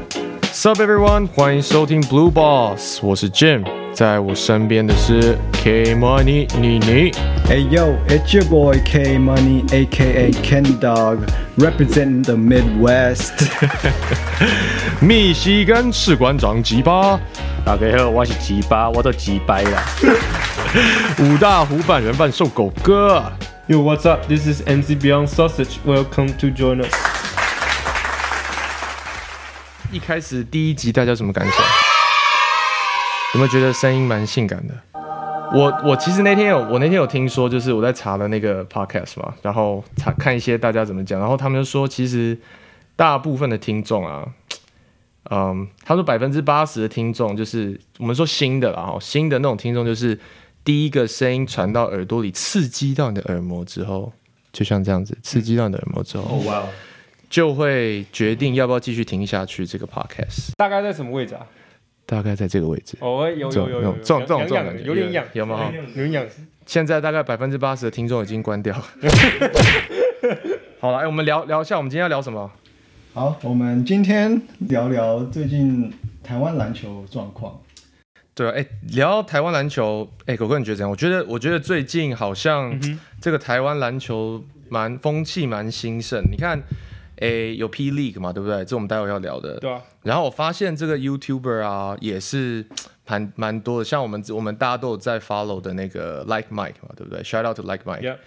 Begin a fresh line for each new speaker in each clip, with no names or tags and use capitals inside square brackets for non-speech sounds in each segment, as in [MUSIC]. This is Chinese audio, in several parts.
What's up, everyone？欢迎收听 Blue Boss，我是 Jim，在我身边的是 K Money 妮妮。
Hey yo, it's your boy K Money, aka Kenny Dog, representing the Midwest.
密西根士官长吉巴，
大家好，我是鸡巴，我都鸡掰了。
[LAUGHS] 五大湖半人半瘦狗哥。
Yo, what's up? This is NC Beyond Sausage. Welcome to join us.
一开始第一集大家有什么感想？有没有觉得声音蛮性感的？我我其实那天有我那天有听说，就是我在查了那个 podcast 嘛，然后查看一些大家怎么讲，然后他们就说，其实大部分的听众啊，嗯，他说百分之八十的听众就是我们说新的啦，哦，新的那种听众就是第一个声音传到耳朵里，刺激到你的耳膜之后，就像这样子，刺激到你的耳膜之后，
wow.
就会决定要不要继续听下去这个 podcast，
大概在什么位置啊？
大概在这个位置。
哦，有有有有，
这种这种这种
痒
感觉
有点痒，
有吗？
有点痒。
现在大概百分之八十的听众已经关 [LAUGHS] 掉。好了，哎、我们聊聊一下，我们今天要聊什么？
好，我们今天聊聊最近台湾篮球状况。
对啊，哎、聊到台湾篮球，哎、狗哥你觉得怎样？我觉得，我觉得最近好像这个台湾篮球蛮风气蛮兴盛。你看，哎、有 P League 嘛，对不对？这我们待会要聊的。
对啊，
然后我发现这个 YouTuber 啊，也是蛮蛮多的，像我们我们大家都有在 follow 的那个 Like Mike 嘛，对不对？Shout out to Like Mike，、
Yeah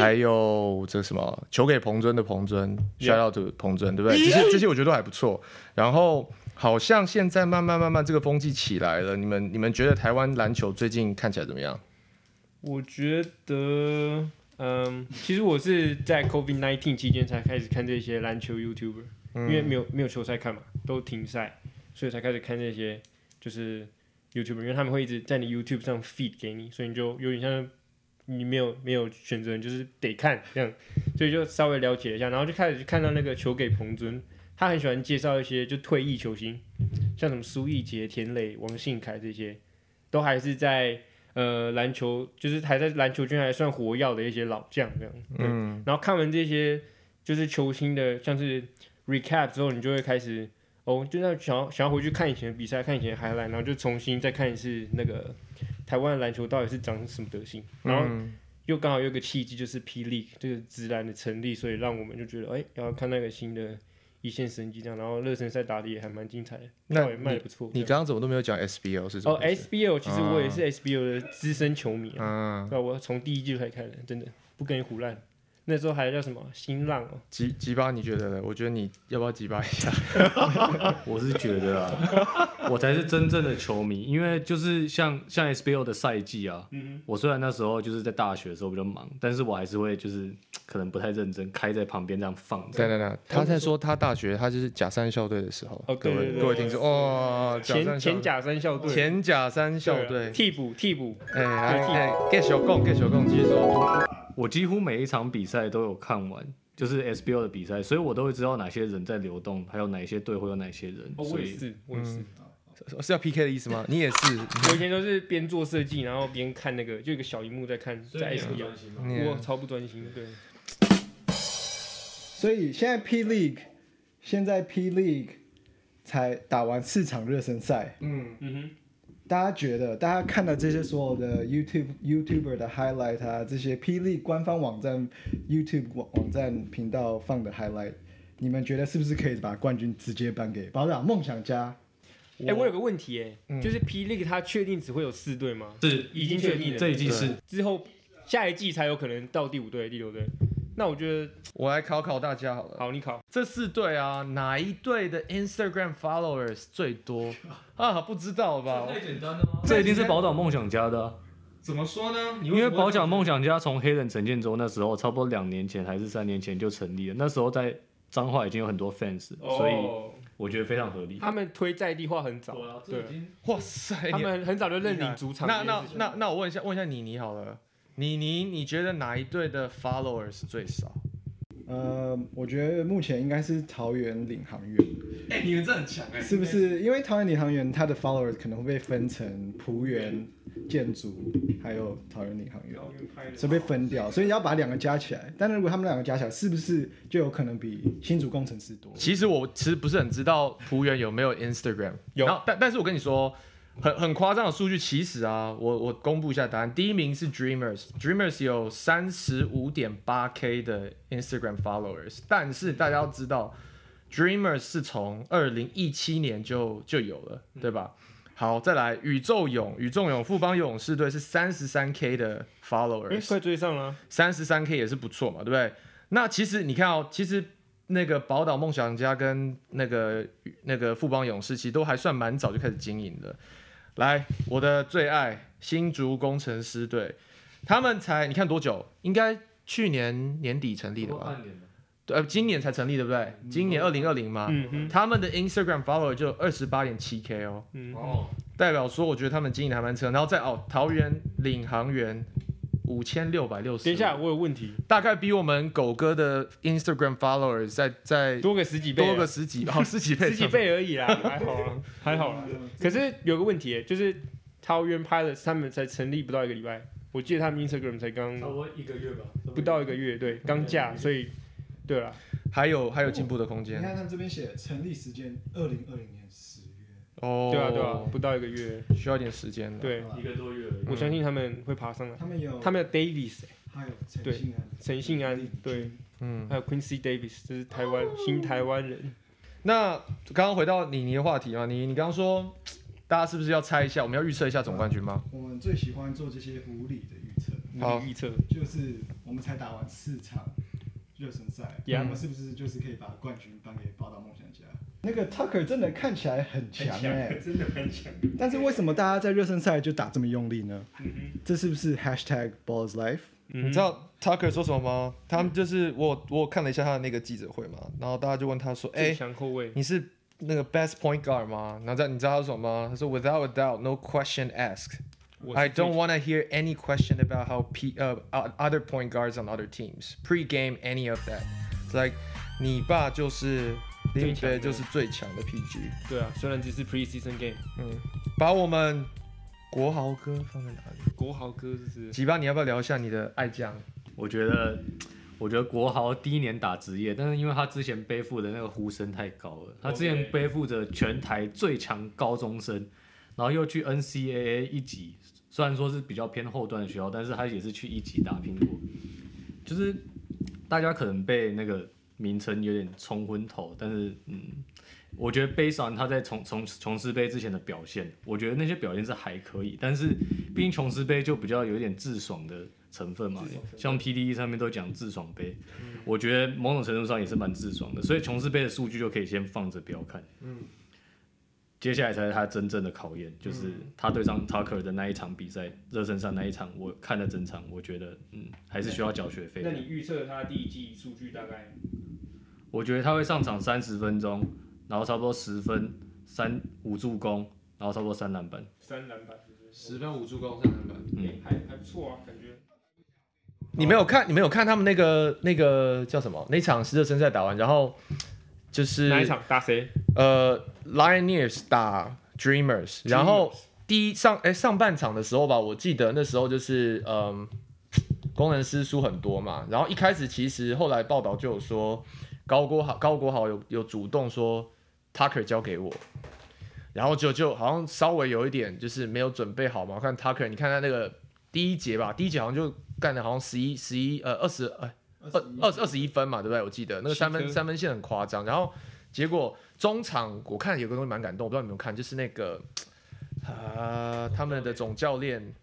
还有这个什么球给彭尊的彭尊
Yeah
，Shout out to 彭尊，对不对？这些这些我觉得都还不错。然后好像现在慢慢慢慢这个风气起来了，你们你们觉得台湾篮球最近看起来怎么样？
我觉得，嗯，其实我是在 COVID 1 9期间才开始看这些篮球 YouTuber，、因为没有没有球赛看嘛，都停赛，所以才开始看这些就是 YouTuber，因为他们会一直在你 YouTube 上 feed 给你，所以你就有点像你没有没有选择，你就是得看这样，所以就稍微了解一下，然后就开始去看到那个球给彭尊，他很喜欢介绍一些就退役球星，像什么苏奕杰、田磊、王信凯这些，都还是在。呃篮球，就是还在篮球圈还算活跃的一些老将这样。嗯，然后看完这些就是球星的，像是 recap 之后，你就会开始哦，就那想要想要回去看以前的比赛，看以前的 highlight，然后就重新再看一次那个台湾的篮球到底是长什么德行。
嗯
然后又刚好有一个契机，就是霹雳这个直男的成立，所以让我们就觉得哎，要看那个新的一线生机这样。然后热身赛打的也还蛮精彩的，
那
票也卖的不错。
你刚刚怎么都没有讲 SBL 是什么？
哦，SBL 其实我也是 SBL 的资深球迷啊。
嗯，
对啊，我从第一季就开始看的，真的不跟你胡乱。那时候还叫什么新浪哦，
吉吉巴你觉得呢？我觉得你要不要吉巴一下？
我是觉得啊，我才是真正的球迷，因为就是像像 SBO 的赛季啊，
嗯
我虽然那时候就是在大学的时候比较忙，但是我还是会就是可能不太认真，开在旁边这样放着。
等等等，他在说他大学他就是假山校队的时候，
哦
各
对对
位
对
各位听众哦，
前前
假
甲三校队，
山校队前甲山校
对啊
队，
替补替补，
哎哎，get 小共 get 小共，继续说，
我几乎每一场比赛都有看完，就是 SBO 的比赛，所以我都会知道哪些人在流动，还有哪些队会有哪些人。
哦，我
所
也
以
是，我也是，
是是要 PK 的意思吗？你也是，
我以前都是边做设计，然后边看那个，就有一个小荧幕在看，在 SBL，
你也
我超不专心的，对，
所以现在 P League，现在 P League 才打完四场热身赛，
嗯，
嗯哼，
大家觉得，大家看了这些所有的 YouTube YouTuber 的 highlight 啊，这些 P League 官方网站 YouTube 网网站频道放的 highlight，你们觉得是不是可以把冠军直接颁给宝岛梦想家？
哎，我有个问题哎，就是 P League 它确定只会有四队吗？
是
已经确定了
这一季是
之后下一季才有可能到第五队、第六队。那我觉得，
我来考考大家好了，
好，你考，
这四队啊，哪一队的 Instagram followers 最多啊？不知道吧？
简单的吗？这一定是宝岛梦想家的啊、
怎么说呢？
因为宝奖梦想家从黑人陈建州那时候，差不多两年前还是三年前就成立了。那时候在彰化已经有很多 fans，、所以
哦，
我觉得非常合理。
他们推在地化很早，对，
哇 [LAUGHS] 塞，
他
你
们很早就认领主场
那
这件事情。
那那那我问一下，问一下妮妮好了，妮妮你觉得哪一队的 followers 最少？
呃，我觉得目前应该是桃园领航员，
哎、你们这很强哎
是不是？因为桃园领航员他的 followers 可能会被分成浦园、建筑还有桃园领航员，所以被分掉，所以你要把两个加起来。但是如果他们两个加起来，是不是就有可能比新竹工程师多？
其实我其实不是很知道浦原有没有 Instagram，
有
然后但但是我跟你说，很很夸张的数据，其实啊，我我公布一下答案，第一名是 Dreamers，Dreamers 有三十五点八 K 的 Instagram followers，但是大家要知道，Dreamers 是从二零一七年就就有了，对吧？好，再来宇宙勇，宇宙勇富邦勇士队是三十三 K 的 followers，
哎，快追上了啊，
三十三 K 也是不错嘛，对不对？那其实你看哦，其实那个宝岛梦想家跟那个那个富邦勇士，其实都还算蛮早就开始经营的。来，我的最爱新竹工程师队，他们才你看多久？应该去年年底成
啊
立的
哦
吧？对，呃，今年才成立，对不对？今年二零二零嘛，
嗯哼，
他们的 Instagram follower 就二十八点七 K 哦。
嗯，
哦，
代表说，我觉得他们经营的还蛮成，然后再哦，桃园领航员五千六百六十，
等一下，我有问题，
大概比我们狗哥的 Instagram followers 再再
多个十几倍啊，
多个十几，哦，十几倍，
[LAUGHS] 十几，倍而
[LAUGHS]
已啦，还好啦，还好啦。可是有个问题耶，就是桃园 Pilots 他们才成立不到一个礼拜，我记得他们 Instagram 才刚
哦
差不多一个月吧，
不到一个月，对，刚架，所以对啦，
还有还有进步的空
你
间
嗯
看他这边写成立时间二零二零年十月，
哦。嗯
对啊，对啊，不到一个月，
需要点时间了。
对，
一个多月而已。
我相信他们会爬上来。
他们有
他们有 Davis 耶
还有陈
对
信安，
陈信安，对，
嗯，
还有 Quincy Davis，这是台湾
哦
新台湾人。
那刚刚回到你你的话题嘛，你你刚刚说，大家是不是要猜一下，我们要预测一下总冠军吗？
我们最喜欢做这些无理的预测，
好
无力预测，
就是我们才打完四场热身赛，啊
Yeah
我们是不是就是可以把冠军颁给宝岛梦想家？那个 Tucker 真的看起来很强哎、
欸
真的很强。
但是为什么大家在热身赛就打这么用力呢？
嗯
这是不是 Hashtag Balls Life？
你知道 Tucker 说什么吗？他们就是我我看了一下他的那个记者会嘛，然后大家就问他说，哎、
最强后卫，
你是那个 best point guard 吗？然后在你知道他说什么吗？他说 without a doubt, no question asked.
我是
I don't want to hear any question about how p uh o- other point guards on other teams pre-game any of that. It's like 你爸就是林
最强
北
的
就是最强的 PG，
对啊，虽然只是 Preseason Game，
把我们国豪哥放在哪里？
国豪哥就是
吉巴，你要不要聊一下你的爱将？
我觉得，我觉得国豪第一年打职业，但是因为他之前背负的那个呼声太高了，他之前背负着全台最强高中生，然后又去 NCAA 一级，虽然说是比较偏后段的学校，但是他也是去一级打拼过。就是大家可能被那个名称有点冲昏头，但是嗯，我觉得悲伤他在从从琼斯杯之前的表现，我觉得那些表现是还可以，但是毕竟琼斯杯就比较有点自爽的成分嗯嘛，像 PDE 上面都讲自爽杯，我觉得某种程度上也是蛮自爽的，所以琼斯杯的数据就可以先放着不要看，嗯。接下来才是他真正的考验，就是他对上 Tucker 的那一场比赛，热身赛那一场，我看了整场，我觉得，嗯，还是需要缴学费的。
那你预测他第一季数据大概？
我觉得他会上场三十分钟，然后差不多十分、三五助攻，然后差不多三篮板。
三篮板，是
十分五助攻上篮板，
嗯
不是？哎，还还不错啊，感觉。
你没有看，你没有看他们那个那个叫什么？那场是热身赛打完，然后就是
哪一场打谁？
呃，Lioneers 打 Dreamers，然后第一上哎上半场的时候吧，我记得那时候就是嗯，工程师输很多嘛，然后一开始其实后来报道就有说高国豪高国豪有有主动说 Tucker 交给我，然后就就好像稍微有一点就是没有准备好嘛，我看 Tucker 你看他那个第一节吧，第一节好像就干的好像十一十一呃二十呃二二二十一分嘛，对不对？我记得那个三分
七分
三分线很夸张，然后结果中场我看有个东西蛮感动，我不知道你们有没有看，就是那个呃他们的总教练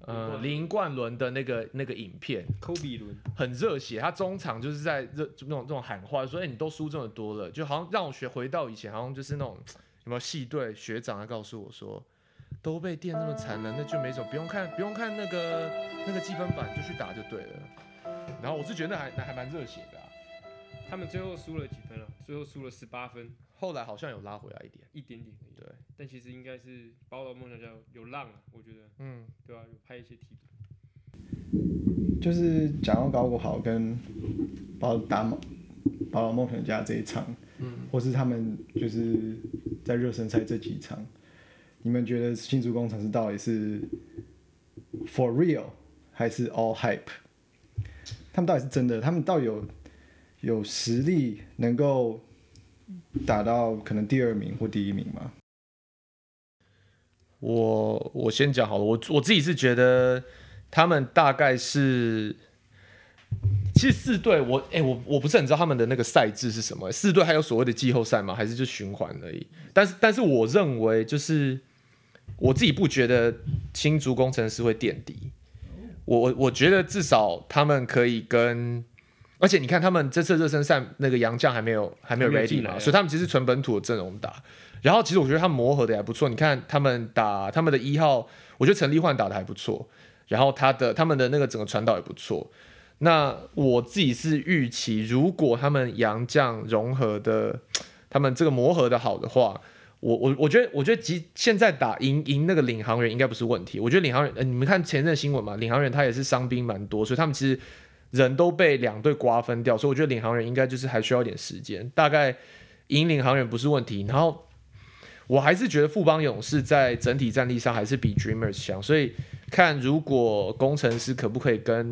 呃林冠伦的那个那个影片，
科比伦，
很热血，他中场就是在热就那种这种喊话，说：“哎、你都输这么多了，就好像让我学回到以前，好像就是那种有没有系队学长来告诉我说，都被电这么惨了，那就没什么，不用看不用看那个那个积分板，就去打就对了。”然后我是觉得那还那还蛮热血的啊、
他们最后输了几分啊？最后输了十八分，
后来好像有拉回来一点，
一点点而已。
对，
但其实应该是包到梦想家有有浪啊，我觉得，
嗯，
对啊吧、有拍一些替补。
就是讲到高国豪跟宝打宝岛梦想家这一场，嗯，或是他们就是在热身赛这几场，你们觉得新竹工程师到底是 for real 还是 all hype？他们到底是真的？他们到底有有实力能够打到可能第二名或第一名吗？
我我先讲好了，我我自己是觉得他们大概是，其实四队我哎、我我不是很知道他们的那个赛制是什么，四队还有所谓的季后赛吗？还是就循环而已？但是但是我认为就是我自己不觉得新竹工程师会垫底，我我我觉得至少他们可以跟。而且你看，他们这次热身赛那个洋将还没有还没有
还没有
ready
进来
嘛，
啊
所以他们其实纯本土的阵容打。然后其实我觉得他们磨合的还不错，你看他们打他们的一号，我觉得陈立焕打的还不错，然后他的他们的那个整个传导也不错。那我自己是预期，如果他们洋将融合的，他们这个磨合的好的话，我我我觉得我觉得即现在打赢赢那个领航员应该不是问题。我觉得领航员，呃、你们看前阵新闻嘛，领航员他也是伤兵蛮多，所以他们其实人都被两队瓜分掉，所以我觉得领航员应该就是还需要一点时间，大概赢领航员不是问题。然后我还是觉得富邦勇士在整体战力上还是比 Dreamers 强，所以看如果工程师可不可以跟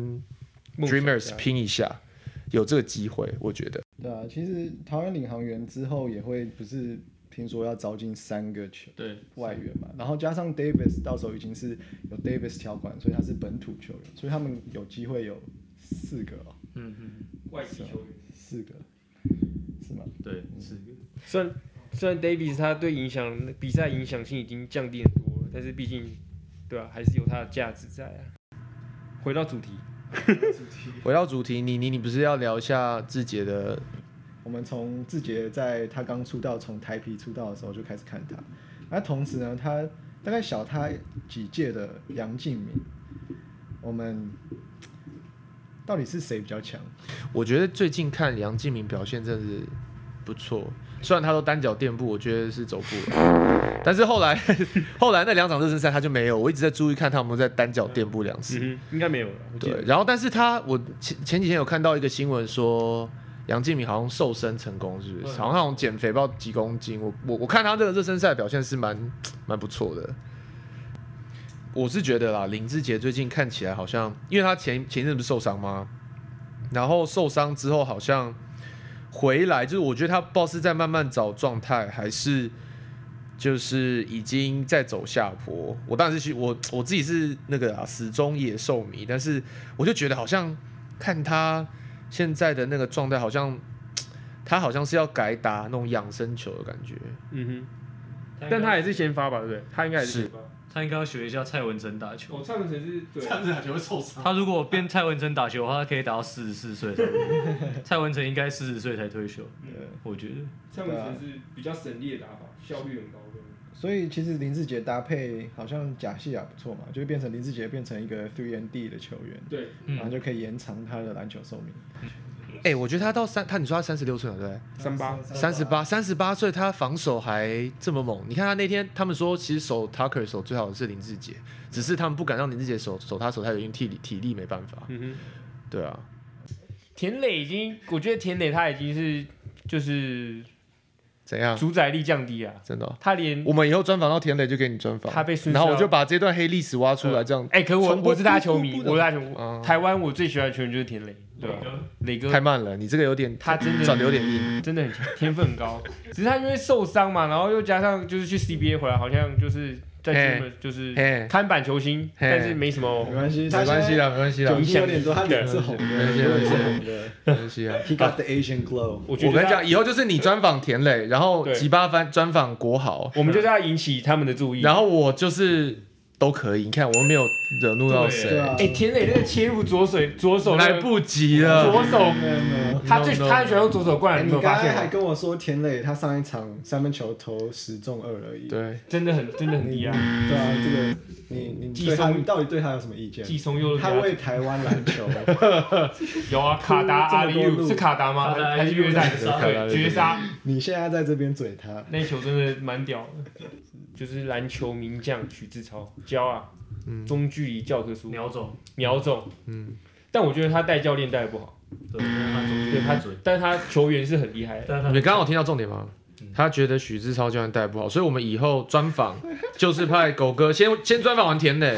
梦想
Dreamers
家
拼一下，有这个机会，我觉得。
对啊，其实桃园领航员之后也会不是听说要招进三个球
对，
外援嘛，然后加上 Davis 到时候已经是有 Davis 条款，所以他是本土球员，所以他们有机会有四个、哦，
嗯嗯，
外籍球员。
四个是吗？
对，是
虽然虽然 Davis 他对影响比赛影响性已经降低很多了，但是毕竟对啊，还是有他的价值在啊。回到主题，
回到主题，你你你不是要聊一下志杰的？
我们从志杰在他刚出道，从台皮出道的时候就开始看他。那同时呢，他大概小他几届的杨敬敏，我们到底是谁比较强？
我觉得最近看梁敬明表现真的是不错，虽然他都单脚垫步，我觉得是走步了，但是后来 [LAUGHS] 后来那两场热身赛他就没有，我一直在注意看他有没有在单脚垫步两次。
嗯哼，应该没有了。我记
对
得，
然后但是他我前前几天有看到一个新闻说。杨敬敏好像瘦身成功，是不是？
嗯
好像那种减肥不知道几公斤。我我我看他这个热身赛表现是蛮蛮不错的。我是觉得啦，林志杰最近看起来好像，因为他前前一阵不是受伤吗？然后受伤之后好像回来，就是我觉得他不知道是在慢慢找状态，还是就是已经在走下坡。我当然是去我我自己是那个啊，始终野兽迷，但是我就觉得好像看他现在的那个状态，好像他好像是要改打那种养生球的感觉。
嗯哼，但他也是先发吧，对不对？他应该也是先发。
他应该要学一下蔡文成打球。
哦， [LAUGHS] 蔡文成是对啊，
样子感觉会受伤。
他如果变蔡文成打球的话，他可以打到四十四岁 [LAUGHS] 才退休。蔡文成应该四十岁才退休，
对，
我觉得。
蔡文成是比较省力的打法，效率很高的。
所以其实林志杰搭配好像贾西亚不错嘛，就变成林志杰变成一个 three and D 的球员，
对，
嗯
然后就可以延长他的篮球寿命。
哎、我觉得他到三，他你说他三十六岁了，对不对？
三八
三十八，三十八岁，他防守还这么猛。你看他那天，他们说其实守 Tucker 守最好的是林志杰，只是他们不敢让林志杰守守他守太久，因为体力体力没办法。
嗯
对啊，
哼，田磊已经，我觉得田磊他已经是就是
怎样？
主宰力降低啊，
真的哦、
他连
我们以后专访到田磊就给你专访，
他被孙
然后
少
我就把这段黑历史挖出来，这样
哎、可我
从不
我是他球迷，我是他球迷。
啊
台湾我最喜欢的球员就是田磊，对吧、磊哥
太慢了。你这个有点，
他真的
转的有点硬。
真的很强，天分很高。 [LAUGHS] 只是他因为受伤嘛，然后又加上就是去 CBA 回来，好像就是在
嘿
g y 就是
嘿
看板球星，
嘿
但是哦没什么
没。关系，
没关系
的，
啦，没关系啦，
九
没
一有点多，他脸是红的，脸是红的。
关系啦。
He got the Asian glow。
我觉
我
得
跟你
他
讲，以后就是你专访田磊，然后
对
吉八番专访国豪，
我们就是要引起他们的
嗯
注意。
然后我就是都可以。你看我没有惹怒到谁，
对啊，
哎、田磊那个切入左手，左手那
来
个
不及了。
左手，
没有没有。
他最
No, no
他很喜欢用左手灌篮，
哎你
你有
刚刚
没有发现
还
吗？
跟我说田磊他上一场三分球投十中二而已。
对，
真的很真的很厉害，
对啊，这个你你
寄
对他
送
到底对他有什么意见？
季松又
他为台湾篮球，
有啊，卡达
这么
阿里
多
鲁
路
是卡达吗？
卡达
还还是约旦
绝杀
对绝杀？
你现在在这边嘴他，
那一球真的蛮屌的，就是篮球名将许志超教啊，
嗯
中距离教科书
苗总，
瞄中，但我觉得他带教练带的不好，
对，他中
对
距
他
嗯
准，，
但他球员是很厉害的，
但他嗯
你刚刚有听到重点吗？他觉得许志超教练带不好，所以我们以后专访就是派狗哥先先专访完田磊，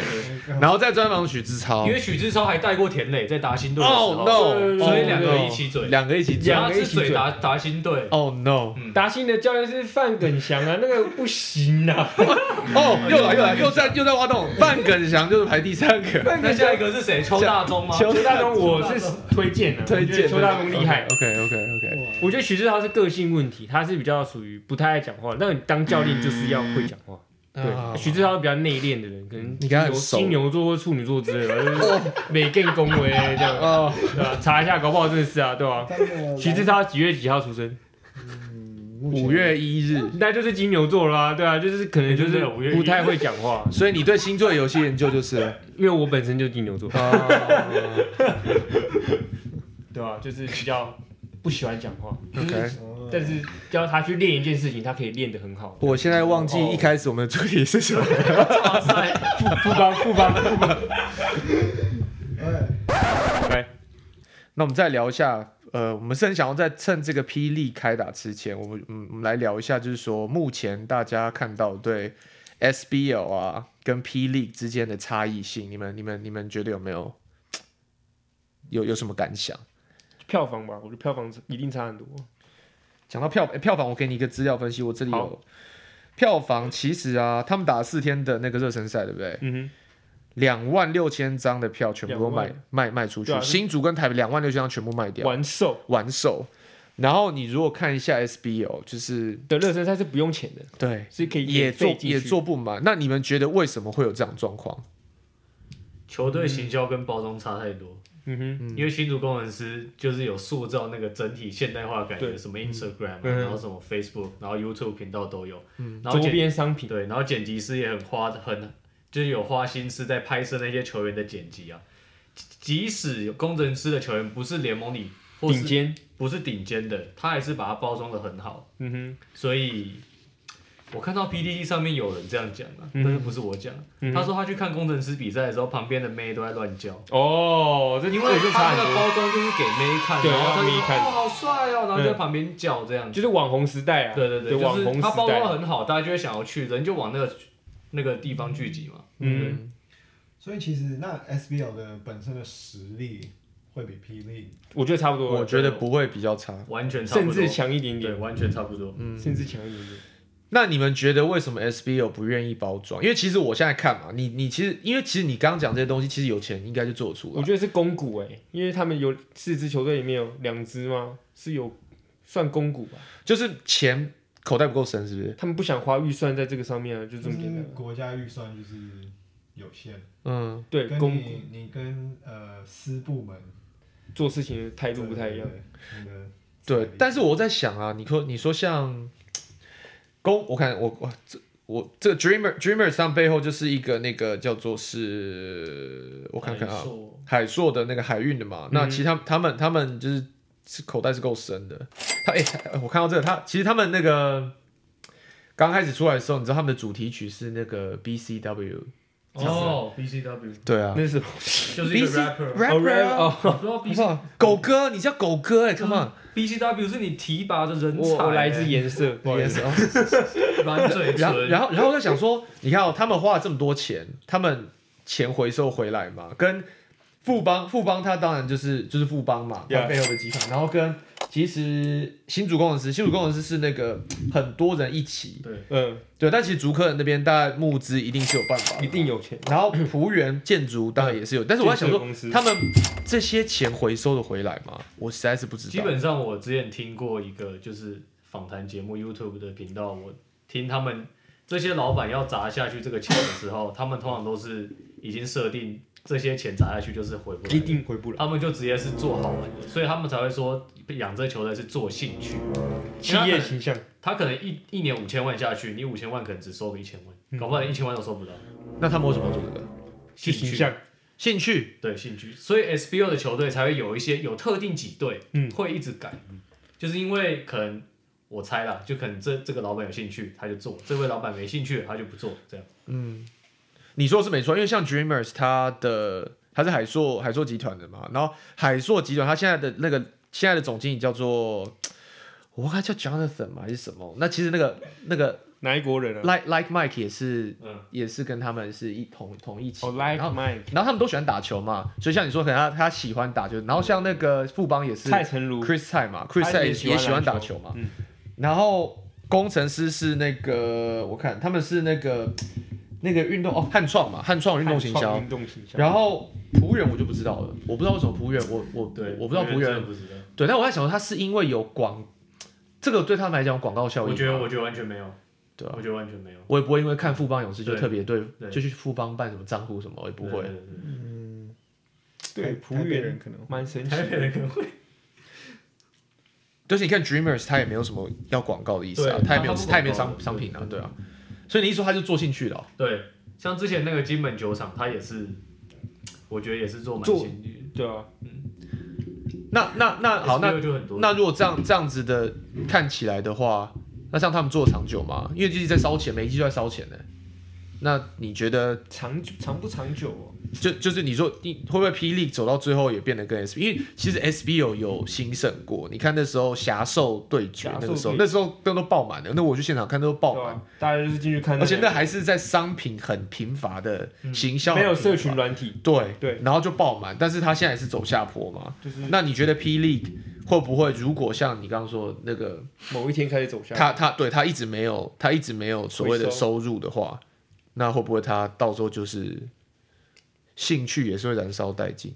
然后再专访许志超
因。为许志超还带过田磊在达新队的时候
Oh no！
所以两个
Oh, no
一起嘴，嗯
两个一起嘴。
两
他
个一
是
起嘴
嘴哦达达新队，
Oh no！
达兴的教练是范耿翔啊，那个不行
[LAUGHS]
啊。
哦，又来又来，又在又在挖洞。范耿翔就是排第三个，
范
那
耿翔
下一个是谁？邱大中吗？
邱大东，我是推荐的、啊，
推
我觉得
荐
邱大东厉害。
OK OK OK。
我觉得许志豪是个性问题，他是比较属于不太爱讲话，那你当教练就是要会讲话。
啊
对，许志豪比较内敛的人，可能
你跟他很哦
金
熟
牛金牛座或处女座之类的，就是美更恭维这样，
哦，
对吧、查一下，搞不好真的是啊，对吧、
他们
许志超几月几号出生？
五月一日。
那就是金牛座啦、对啊，就是可能就
哎就是
是
五月一
不太会讲话，
所以你对星座有些研究就是了。
因为我本身就金牛座，
哦
对吧、啊就是比较不喜欢讲话，
OK。
哦
但是教他去练一件事情，他可以练得很好。
[LAUGHS] 我现在忘记一开始我们的主题是什么。 [LAUGHS]
哇塞，富富邦富邦富邦，
那我们再聊一下，呃，我们是很想要在趁这个霹雳开打之前，我们嗯，我们来聊一下，就是说目前大家看到对 SBL 啊跟霹雳之间的差异性，你们你们你们觉得有没有有有什么感想？
票房吧，我觉得票房一定差很多。
讲到票、诶票房，我给你一个资料分析，我这里有
好
票房，其实啊，他们打四天的那个热身赛，对不对？
嗯
两万六千张的票全部都
两万
卖卖卖出去，
对啊
新竹跟台北两万六千张全部卖掉，
完售
完售。然后你如果看一下 SBO，就是
的热身赛是不用钱的，
对，
是可以
也
免
做
费进去
也做不满。那你们觉得为什么会有这样的状况？
球队行销跟包装差太多。
嗯哼，
因为新竹工程师就是有塑造那个整体现代化的感觉，
对
什么 Instagram，、啊
嗯
然后什么 Facebook，然后 YouTube 频道都有，然后
周
剪
边商品
对，然后剪辑师也很花很就是有花心思在拍摄那些球员的剪辑啊。即即使有工程师的球员不是联盟里或
顶
是
尖，
不是顶尖的，他还是把它包装的很好。
嗯
所以，我看到 PDD 上面有人这样讲啊，
嗯
但是不是我讲，
嗯
他说他去看工程师比赛的时候，旁边的妹都在乱叫。
哼，哦，这
因
这
为
个就差
他那
很
个
多，
包装就是给妹看，
对啊
然后他
让
就
妹
说
看嗯
哦好帅哦，然后就在旁边叫这样
就
子。
是网红时代啊，
对对对，就
网红
是
时
他包装得
代，
很好，大家就会想要去，人就往那个那个地方聚集嘛。
嗯，
所以其实那 SBL 的本身的实力会比霹雳
我觉得差不多了，
我觉得不会比较差。
完全差
甚
不
至
多，
强一点
对，
点，
完全差不多。
嗯
甚至强一点点，
那你们觉得为什么 SBO 不愿意包装？因为其实我现在看嘛，你你其实因为其实你刚刚讲这些东西，其实有钱应该就做出
我
来。
觉得是公股哎，因为他们有四支球队里面有两支吗？是有算公股吧？
就是钱口袋不够深，是不是？
他们不想花预算在这个上面啊，就
就
这么简
是
嗯
单。
国家预算就是有限，
嗯，
对，
跟
公股
你你跟呃私部门
做事情的态度不太一样。，
对对对你的
对
财力。
但是我在想啊，你说你说像公，我看我我这我这个 Dreamer Dreamers 他们背后就是一个那个叫做是，我看看啊
没，错
海硕嗯的那个海运的嘛。那其实他们他们他们就是是口袋是够深的。他哎、我看到这个，他其实他们那个刚开始出来的时候，你知道他们的主题曲是那个 B C W，
哦，BCW
对啊
那是
就是一个
BC
rapper，
rapper 啊
哦，
我不知道
好不好狗哥，你叫狗哥哎、欸、，Come on，
BCW 是你提拔的人才
我
欸，
我来自颜色，不好意思，
哦
软
[LAUGHS]
嘴
然后，
唇，
然后，然后我在想说，你看、哦，他们花了这么多钱，他们钱回收回来嘛，跟富邦，富邦他当然就是就是富邦嘛， [LAUGHS] 他
Yeah
背后的集团，然后跟其实新竹工程师，新竹工程师是那个很多人一起，
对，
嗯，
对，但其实竹科人那边大概募资一定是有办法的，
一定有钱。
然后浦原建筑当然也是有，但是我在想说
建设公，司
他们这些钱回收的回来吗？我实在是不知
基
道。
本上我之前听过一个就是访谈节目 YouTube 的频道，我听他们这些老板要砸下去这个钱的时候，他们通常都是已经设定这些钱砸下去就是回不
一
来，
定回不来。
他们就直接是做好玩的，所以他们才会说养这球队是做兴趣。
企业形象，
他可能一一年五千万下去，你五千万可能只收个一千
嗯
万，搞不好连一千万都收不到。
那他们为什么要做这个？
去
兴
形
趣
象，
兴趣
对兴趣，所以 SBO 的球队才会有一些有特定几队，
嗯
会一直改，就是因为可能我猜啦，就可能这这个老板有兴趣他就做，这位老板没兴趣他就不做，这样
你说的是没错，因为像 Dreamers 它的它是海硕海硕集团的嘛，然后海硕集团它现在的那个现在的总经理叫做，我忘了他叫 Jonathan 嘛还是什么？那其实那个那个
哪一国人啊？
Like Like Mike 也是、
嗯
也是跟他们是一同同一起，
哦，Like
然后
Mike，
然后他们都喜欢打球嘛，所以像你说，可能他他喜欢打球，然后像那个富邦也是
蔡成儒
Chris 蔡嘛，Chris 蔡
他
也
也
也喜欢
欢
打
篮
球嘛，
嗯，
然后工程师是那个我看他们是那个那个运动哦汉创嘛，汉创运动行
汉创
销，
运动行销，
然后浦原我就不知道了，我不知道为什么浦原我我
对，
我不知道浦
原真
原
的不知道。
对，但我在想说他是因为有广这个对他们来讲有广告效应
我
吗，
觉得，我觉得完全没有，
对啊
我觉得完全没有，
我也不会因为看富邦勇士就
对
特别对
对
就去富邦办什么账户什么，我也不会
对。对对
嗯，
对
台
浦
台北
原
人可能
蛮神
对
奇
台北
的。
人可能会，
就是你看 Dreamers，他也没有什么要广告的意思啊，
对
他也没有
他不
他也没有
广
商
告
商品啊，对啊，所以你一说他就做进去了哦、
对，像之前那个金门酒厂，他也是，我觉得也是做蛮
做
新的，
对啊，
那那那好，那
SBO 就很多，
那如果这样这样子的看起来的话，那像他们做长久嘛，因为就是在烧钱，每一季都在烧钱呢、那你觉得
长久长不长久哦？
就就是你说你会不会霹雳走到最后也变得跟 S，因为其实 SBO 有兴盛过，你看那时候侠兽对决
侠兽
那个时候，
对决
那时候灯都爆满了，那我去现场看都爆
对
满，
啊，大家就是进去看个，
而且那还是在商品很贫乏的行销，
没有
很贫
社
乏
群软体，
对
对
然后就爆满，但是他现在也是走下坡嘛。
就是
那你觉得霹雳会不会，如果像你刚刚说那个，
某一天开始走下坡。
他他对他一直没有，他一直没有所谓的
回
收入的话，那会不会他到时候就是兴趣也是会燃烧殆尽？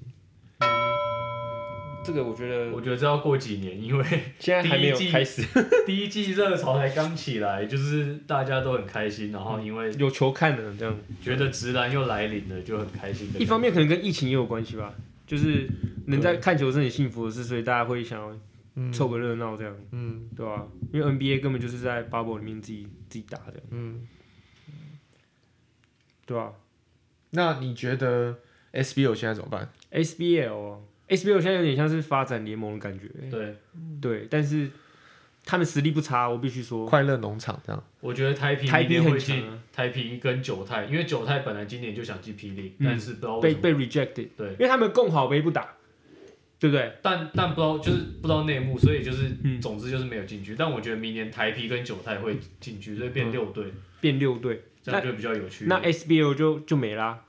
这个我觉
我
得
觉得这要过几年，因为 [LAUGHS]
现在还没有
第一季
开始，
第一季热潮才刚起来，就是大家都很开心，然后因为
有球看了这样。
觉得直男又来临了，就很开心的感
一
觉。
方面可能跟疫情也有关系吧，就是能在看球是很幸福的事，所以大家会想要凑个热闹这样，
嗯
对吧、因为 NBA 根本就是在 bubble 里面自己自己打的，
嗯，
对吧、
那你觉得 SBO 现在怎么办？
SBL 哦，SBL 现在有点像是发展联盟的感觉，
对，
嗯
对，但是他们实力不差，我必须说，
快乐农场这样，
我觉得台啤
台
明
啤
年
很
会
强
进
啊
台啤跟九泰，因为九泰本来今年就想进霹雳，
嗯
但是不知道为
被
什么，
被 rejected，
对
因，为他们共好杯不打，对不对？
但但不知道就是不知道内幕，所以就是、
嗯
总之就是没有进去。但我觉得明年台啤跟九泰会进去，所以变六队，
变六队，
这样就比较有趣一
嗯那
点。
SBL 就就没啦，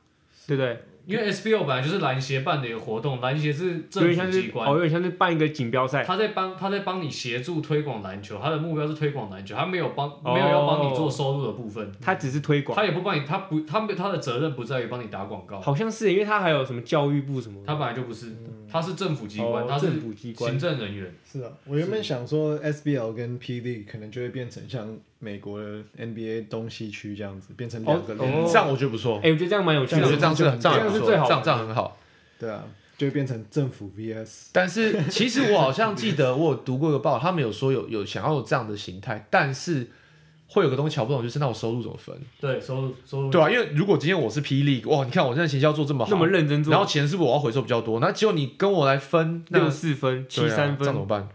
对不对？
因为 SBO 本来就是篮协办的一个活动，篮协是
有
政
点像
府
是
机关
哦，，有点像是办一个锦标赛，
他在帮他在帮你协助推广篮球，他的目标是推广篮球，他没有帮
哦
没有要帮你做收入的部分，
他只是推广。
他也不帮你，他不他没他的责任不在于帮你打广告，
好像是，因为他还有什么教育部什么的，
他本来就不是，他是嗯政府机关，
哦
他
政
是
府机
行
关，
政人员，
是啊，我原本想说 SBL 跟 PD 可能就会变成像美国的 NBA 东西区这样子，变成两个联盟
哦
这样我觉得不错，
哎，我觉得这样蛮有趣
我觉得
的
这，样是这样
这样
不
是
错
最好
这样
玩
这样很好。
对啊，就会变成政府 VS
但是其实我好像记得我有读过一个报道，他们有说有 [LAUGHS] 有想要有这样的形态，但是会有个东西瞧不懂，就是那我收入怎么分，
对收入收入
对啊吧、因为如果今天我是霹雳，哇，你看我现在行销做这么好，
那么认真
然后
做，
钱是不是我要回收比较多？那结果你跟我来分，那
六四分、
对
七
啊
三
这样
分
怎，么办？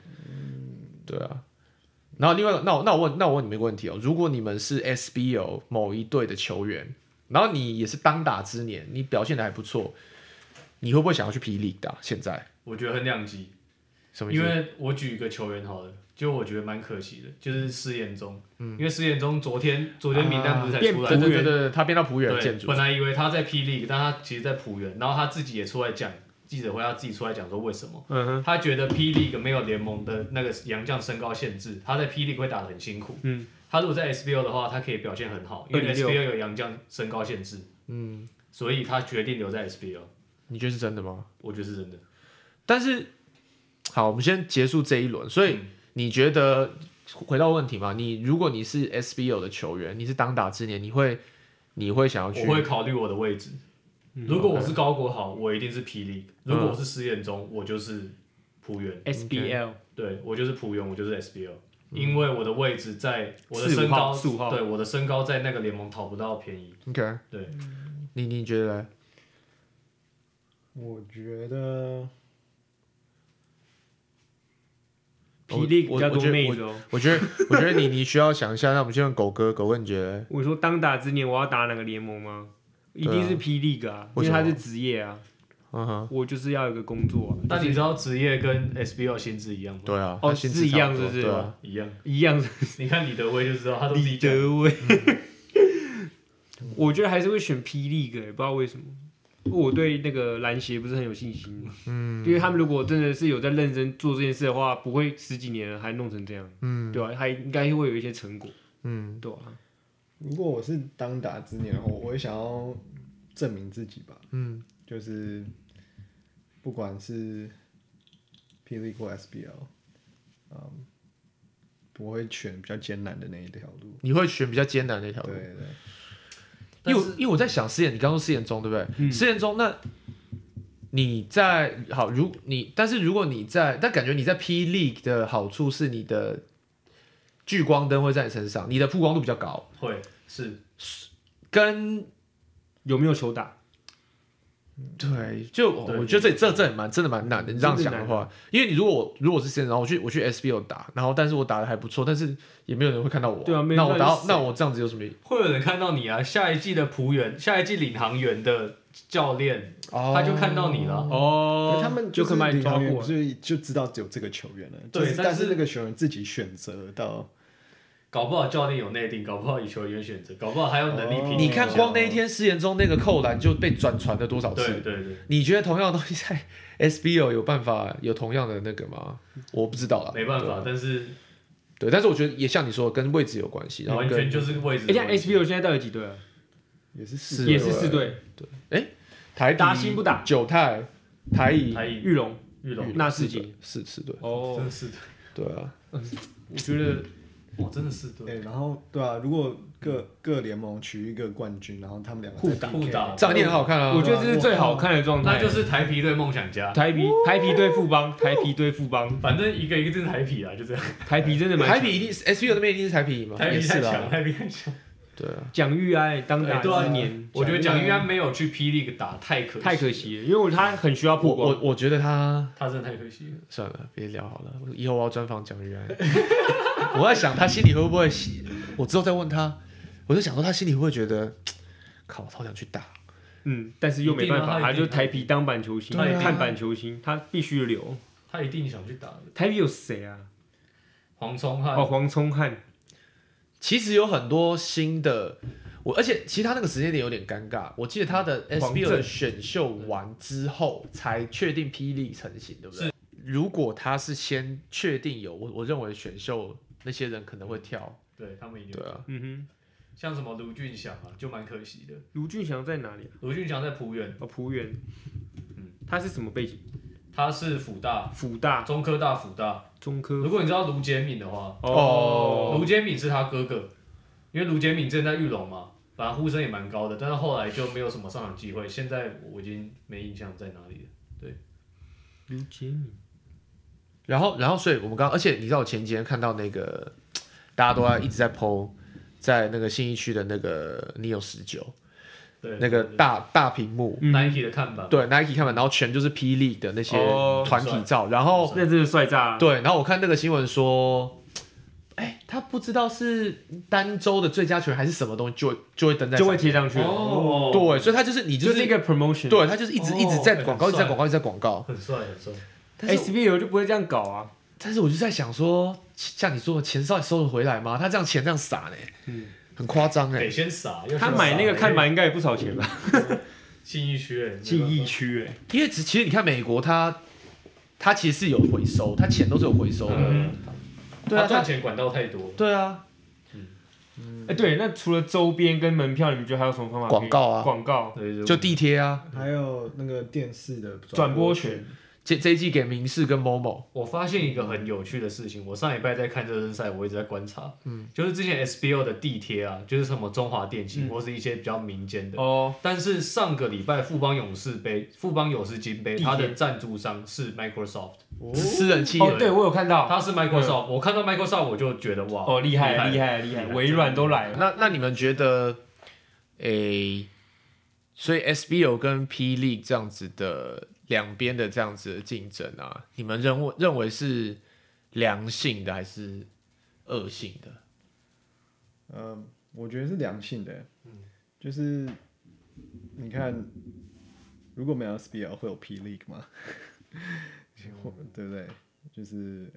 对啊。然后另外一个，那我那我问那我问你们一个问题哦，如果你们是 SBO 某一队的球员，然后你也是当打之年，你表现的还不错，你会不会想要去霹雳打？啊现在
我觉得很两极，
什么意
因
思？
为我举一个球员好了，就我觉得蛮可惜的，就是施延中，因为施延中昨天昨天名单不是才
变
出来
对
浦
对
原
对对对，他变到浦原
对
建，筑
本，来以为他在霹雳，但他其实在浦原，然后他自己也出来讲记者会，他自己出来讲说为什么。
嗯哼，
他觉得 P League 没有联盟的那个洋将身高限制，他在 P League 会打得很辛苦。
嗯，
他如果在 SBL 的话，他可以表现很好，因为
26
SBL 有洋将身高限制。嗯，所以他决定留在 SBL，
你觉得是真的吗？
我觉得是真的。
但是，好，我们先结束这一轮。所
嗯
以你觉得回到问题嘛？你如果你是 SBO 的球员，你是当打之年，你会你会想要去？
我会考虑我的位置。
嗯
如果我是高国豪，我一定是 P League；如果我是石彦中，我就是浦原。
SBL
对我就是浦原，我就是 SBL，、因为我的位置在我的
四五
身高
嗯号四五号
对我的身高在那个联盟讨不到便宜。
OK，
对，
你你觉得嘞？
我觉得
P League
我
比较
我
多
觉得
妹子哦。
我觉得 [LAUGHS] 我觉得你你需要想一下。那我们先问狗哥，狗哥你觉得嘞？
我说当打之年我要打哪个联盟吗？一定是 P League 啊，因
为
为
什么
他是职业啊，
嗯哼，
我就是要有个工作、啊。
但你知道职业跟 SBL 薪资一样吗？
对啊，
哦
他薪资
是一样
差不多
是不是
对啊，
一样。
一样
[LAUGHS] 你看李德威就知道，他都自己讲。
德威，嗯我觉得还是会选霹雳哥，不知道为什么。我对那个篮协不是很有信心，嗯，因为他们如果真的是有在认真做这件事的话，不会十几年了还弄成这样，嗯，对吧、还应该会有一些成果，
嗯，
对吧、
如果我是当打之年的话，我会想要证明自己吧。
嗯，
就是不管是霹雳或 SBL，嗯，我嗯会选比较艰难的那一条路。
你会选比较艰难的那条路
对。对，
因
但
为
是
我因为我在想试验，你刚说试验中对不对？试验中那你在好，如你但是如果你在，但感觉你在 P League 的好处是你的聚光灯会在你身上，你的曝光度比较高，
会是
跟
有没有球打？
对，就我
对
我觉得这这这也蛮真的蛮难的。你这样想的话，因为你如果我如果我是现在，然后我去我去 SBL 打，然后但是我打的还不错，但是也没有人会看到我。
对啊没人
那我
知
打
道
到
你是谁
那我这样子有什么意义？
会有人看到你啊！下一季的仆员，下一季领航员的教练，
哦
他就看到你了。
可是
哦，
他们
就
就是
可以把你
领航
抓
员
过来
所以就知道只有这个球员了。
对
就是
但
但
是
那个球员自己选择到
搞不好教练有内定，搞不好以球员选择，搞不好还有能力评
哦
嗯
估。
你看光那一天试验中那个扣篮就被转传了多少
对
次？
对对，
你觉得同样的东西在 [LAUGHS] SBL 有办法有同样的那个吗？我不知道啦，
没办法，但是
对，但是我觉得也像你说的，跟位置有关系，然后
完全
跟
就是位置
哎、
的
这样
问题。
SBL 现在到底几队啊？
也是
四
四
对
也是四队，
台底
打新不打
九泰、台乙、
还以
玉龙、
玉龙，
那
四
世
队
锦。
四四队，
哦
真，的是的，
对啊，
嗯我觉得
哇，真的是对，
对，然后对啊，如果各各联盟取一个冠军，然后他们两个
互
再
打
PK
互打
这样你很好看啊，
我觉得这是最好看的状态。
那就是台皮对梦想家，
台皮台皮对富邦，台皮对富邦，
反正一个一个就是台皮啊，就这样。
台皮真的蛮强
台比一定 SBL 那边一定是台比嘛，
台
啊也
皮
是
太
啦
强，，台皮太强。
对啊，
蒋玉安当打
哎对啊
之年，
我觉得蒋玉安没有去霹雳打，太可惜，
太可，惜了，因为他很需要
我
曝光。
我我觉得他
他真的太可惜了。
算了，别聊好了，以后我要专访蒋玉安，我在想他心里会不会，我之后再问他，我就想说他心里会不会觉得，靠，我超想去打，
嗯，但是又没办法，
一定啊他
他
一定
就台皮当板球星，
对啊
看板球星，他必须留。
他一定想去打的。
台皮有谁啊？
黄聪汉
哦，黄聪汉，
其实有很多新的，我而且其实他那个时间点有点尴尬。我记得他的
黄
SBL
镇
的选秀完之后才确定霹雳成型，对不对？如果他是先确定有，我我认为选秀那些人可能会跳，
对他们一定
对啊，
嗯
像什么卢俊祥啊，就蛮可惜的
哼。，卢俊祥在哪里啊？
卢俊祥在浦远，
哦，浦原
嗯。
他是什么背景？
他是辅大、
辅大、
中科大、辅大。
中科。
如果你知道卢杰敏的话，
哦
卢杰敏是他哥哥，因为卢杰敏之前在玉龙嘛，反正呼声也蛮高的，但是后来就没有什么上场机会。现在我已经没印象在哪里了。
卢杰敏，
然后，然后，所以我们刚，而且你知道，我前几天看到那个大家都在一直在 PO，在那个信义区的那个 Neo 十九
对，
那个大大屏幕，
嗯
Nike 的看板，
对 Nike 看板，然后全就是霹雳的那些
哦
团体照，然后
那真的帅炸了。
对，然后我看那个新闻说，哎，他不知道是单周的最佳球员还是什么东西，就会就会登在
就会
上
贴上去，嗯
哦，
对，所以他就是你
就是是一个哦 promotion。
对他就是一直、
哦
一直在广告，
很
一直在广告，一直在广告。
很帅很帅。
但是
，SBL 就不会这样搞啊。
但是我就在想说，像你说的钱到底收得回来吗？他这样钱这样撒呢，
嗯
很夸张哎
得。先傻，要先
他买那个
傻
看板应该也不少钱吧？
信义区欸，
记
没
忆
办法
区哎，
因为其其实你看美国他。他其实是有回收，他钱都是有回收的。
嗯，
对啊，
他赚
他
钱管道太多，
对啊，
哎，对，那除了周边跟门票，你们觉得还有什么方法可以？
广告啊
广告、
对
就地贴啊。
还有那个电视的
转播权，
这这一季给明视跟某某，
我发现一个很有趣的事情，我上礼拜在看热身赛，我一直在观察，嗯，就是之前 SBO 的地贴啊，就是什么中华电信、或是一些比较民间的，
哦，
但是上个礼拜富邦勇士杯、富邦勇士金杯，
地贴
它的赞助商是 Microsoft，
私人企业
哦，对我有看到，
它是 Microsoft，、我看到 Microsoft 我就觉得哇，
哦，厉害厉害厉害，微软都来了，
那那你们觉得，诶、所以 SBO 跟 P League 这样子的两边的这样子的竞争啊，你们认为认为是良性的还是恶性的？
嗯，我觉得是良性的，就是你看，如果没有 SBL 会有 P League 吗？ [LAUGHS] 或对不对？就是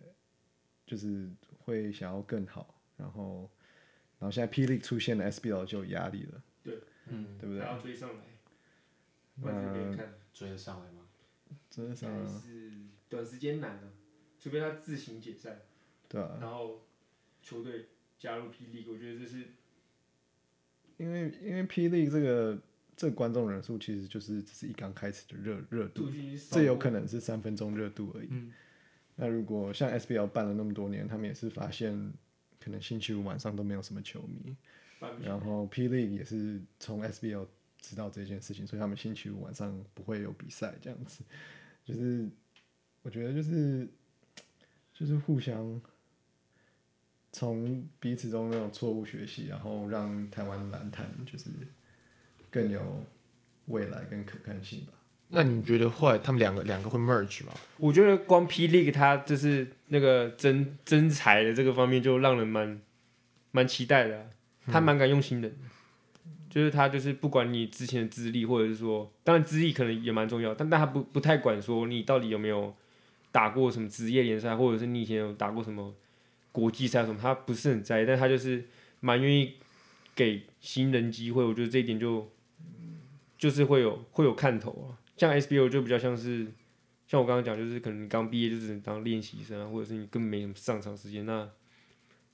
就是会想要更好，然后然后现在 P League 出现了，SBL 就有压力了，
嗯，
对不对
还？要追上来，不然就别看，
追得上来吗？
真的是
但是短时间难啊，除非他自行解散，
对啊，
然后球队加入 P League，我觉得这是
因为因为 P League 这个这个观众人数其实就是只是一刚开始的热热度
杜，军少
这有可能是三分钟热度而已。
嗯
那如果像 SBL 办了那么多年，他们也是发现，可能星期五晚上都没有什么球迷，
办不起
然后 P League 也是从 SBL 知道这件事情，所以他们星期五晚上不会有比赛这样子。就是我觉得就是就是互相从彼此中那种错误学习，然后让台湾篮坛就是更有未来跟可看性吧。
那你觉得后来他们两个两个会 merge 吗？
我觉得光 P League 它就是那个真真才的这个方面，就让人蛮蛮期待的啊、他蛮敢用心的，就是他就是不管你之前的资历，或者是说，当然资历可能也蛮重要，但但他不不太管说你到底有没有打过什么职业联赛，或者是你以前有打过什么国际赛什么，他不是很在意，但他就是蛮愿意给新人机会，我觉得这一点就就是会有会有看头啊。像 SBO 就比较像是像我刚刚讲，就是可能你刚毕业就只能当练习生啊，或者是你根本没什么上场时间，那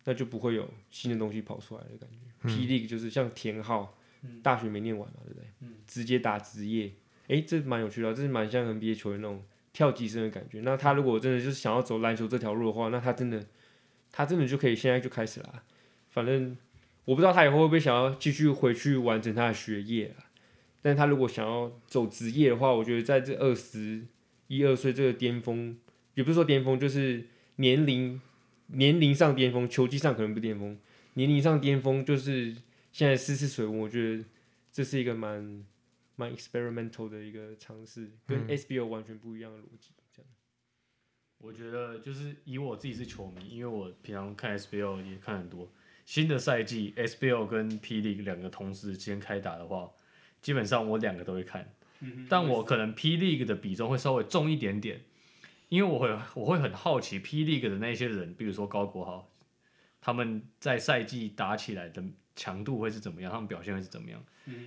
那就不会有新的东西跑出来的感觉。P League 就是像田浩，大学没念完嘛，对不对？直接打职业，诶，这蛮有趣的啊、这是蛮像 NBA 球员那种跳级生的感觉。那他如果真的就是想要走篮球这条路的话，那他真的他真的就可以现在就开始啦。反正我不知道他以后会不会想要继续回去完成他的学业啊。但他如果想要走职业的话，我觉得在这二十一二岁这个巅峰，也不是说巅峰，就是年龄年龄上巅峰，球技上可能不巅峰，年龄上巅峰就是现在试试水温，我觉得这是一个蛮蛮 experimental 的一个尝试，跟 SBO 完全不一样的逻辑。这样，
我觉得就是以我自己是球迷，因为我平常看 SBL 也看很多。新的赛季 SBL 跟 P League 两个同时间开打的话，基本上我两个都会看，
嗯
但我可能 P League 的比重会稍微重一点点，因为我会我会很好奇 P League 的那些人，比如说高国豪，他们在赛季打起来的强度会是怎么样，他们表现会是怎么样。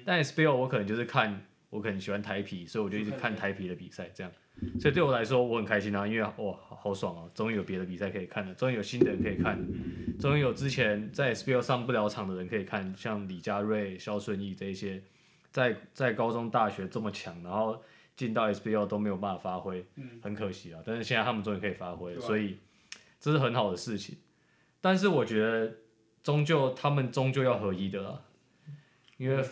但 SBL 我可能就是看我可能喜欢台皮，所以我就一直看台皮的比赛这样。所以对我来说，我很开心啊，因为哇，好好爽哦、终于有别的比赛可以看了，终于有新的人可以看了，终于有之前在 SBL 上不了场的人可以看，像李佳瑞、肖顺义这一些，在在高中、大学这么强，然后进到 SBL 都没有办法发挥，很可惜啊。但是现在他们终于可以发挥了，所以这是很好的事情。但是我觉得，终究他们终究要合一的啦，因为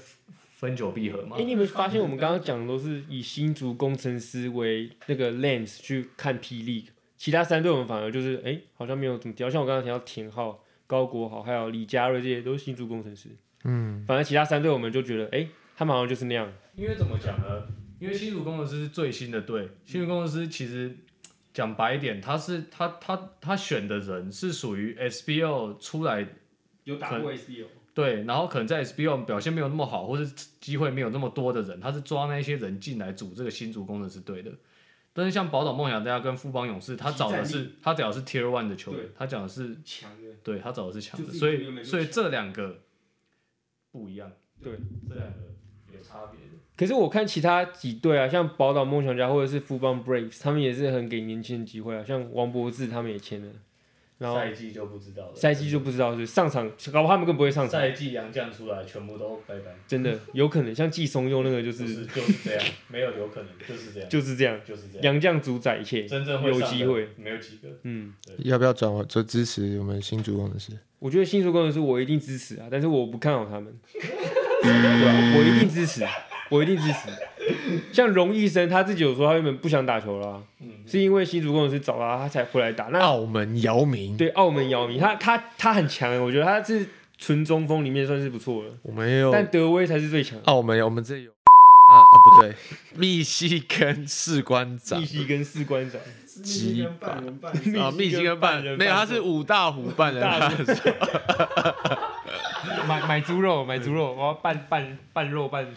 分久必合嘛
哎、。你有没有发现我们刚刚讲的都是以新竹工程师为那个 lens 去看 P League，其他三队我们反而就是哎、诶好像没有怎么调，像我刚刚提到田浩、高国豪还有李佳瑞这些都是新竹工程师，嗯，反正其他三队我们就觉得哎、诶他们好像就是那样，
因为怎么讲呢？因为新竹工程师是最新的队，新竹工程师其实讲白一点，他是他他他选的人是属于 SBL 出来
有
打过
SBO，
对，然后可能在 SBL 表现没有那么好，或是机会没有那么多的人，他是抓那些人进来组这个新竹工程师队的。但是像宝岛梦想家跟富邦勇士，他找的
集战
是他找的是 Tier One 的球员
对，
他讲的是
强的，
对他找的是强的，
就是
所
一个没有
以所以
强
这两个不一样，
对，
这两个有差别的。
可是我看其他几队啊，像宝岛梦想家或者是富邦 Braves，他们也是很给年轻人机会啊，像王柏志他们也签了，然后
赛季就不知道了，
赛季就不知道是上场，搞不好他们更不会上场，
赛季杨将出来，全部都拜拜，
真的有可能像季松佑那个就是
就是这样，没有有可能就是这样，
就是这样，
就是这样，
杨将主宰一切，
真正会上的
有机会
没有几个。
嗯，
要不要转换就支持我们新竹工程师？
我觉得新竹工程师我一定支持啊，但是我不看好
[LAUGHS]
他们，对啊，我一定支持，我一定支持。像荣医生他自己有说他原本不想打球啦、啊
嗯哦
是因为新竹工程师找他，他才回来打。那
澳门姚明，
对，澳门姚明，他他他很强，欸我觉得他是纯中锋里面算是不错的，
我们也有
但德威才是最强。
澳门有，我们这里有啊啊不对， [LAUGHS] 密西根士官长
密西跟士官长，
鸡
跟半人半
[LAUGHS] 啊，密西根半
半人
没有，他
半
是五大湖半人
大
[LAUGHS] 半兽，
买买猪肉，买猪肉，我要拌拌拌肉拌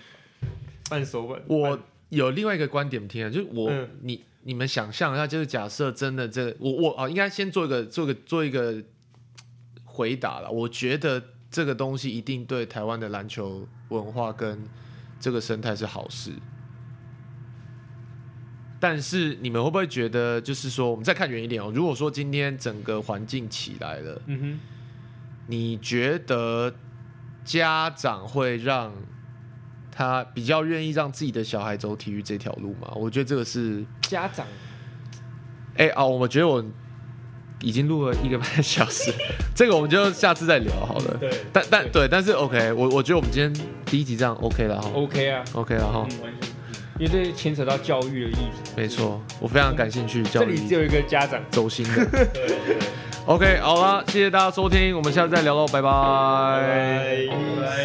拌手板。
我有另外一个观点听啊，就是我、
嗯
你你们想象一下，就是假设真的这我我啊、应该先做一个做一个做一个回答了。我觉得这个东西一定对台湾的篮球文化跟这个生态是好事。但是你们会不会觉得，就是说，我们再看远一点哦。如果说今天整个环境起来了，
嗯哼，
你觉得家长会让他比较愿意让自己的小孩走体育这条路吗？我觉得这个是，
家长
哎、啊，我觉得我已经录了一个半小
[LAUGHS]
时，这个我们就下次再聊好了。
对
但但对，但是 OK，我我觉得我们今天第一集这样 OK 了哈
OK 啊，
，OK 了哈，
因为这牵扯到教育的议题，
没错，我非常感兴趣教
这
育
里只有一个家长。
走心
[LAUGHS]
的。OK，好了，谢谢大家收听，我们下次再聊喽，拜拜
拜拜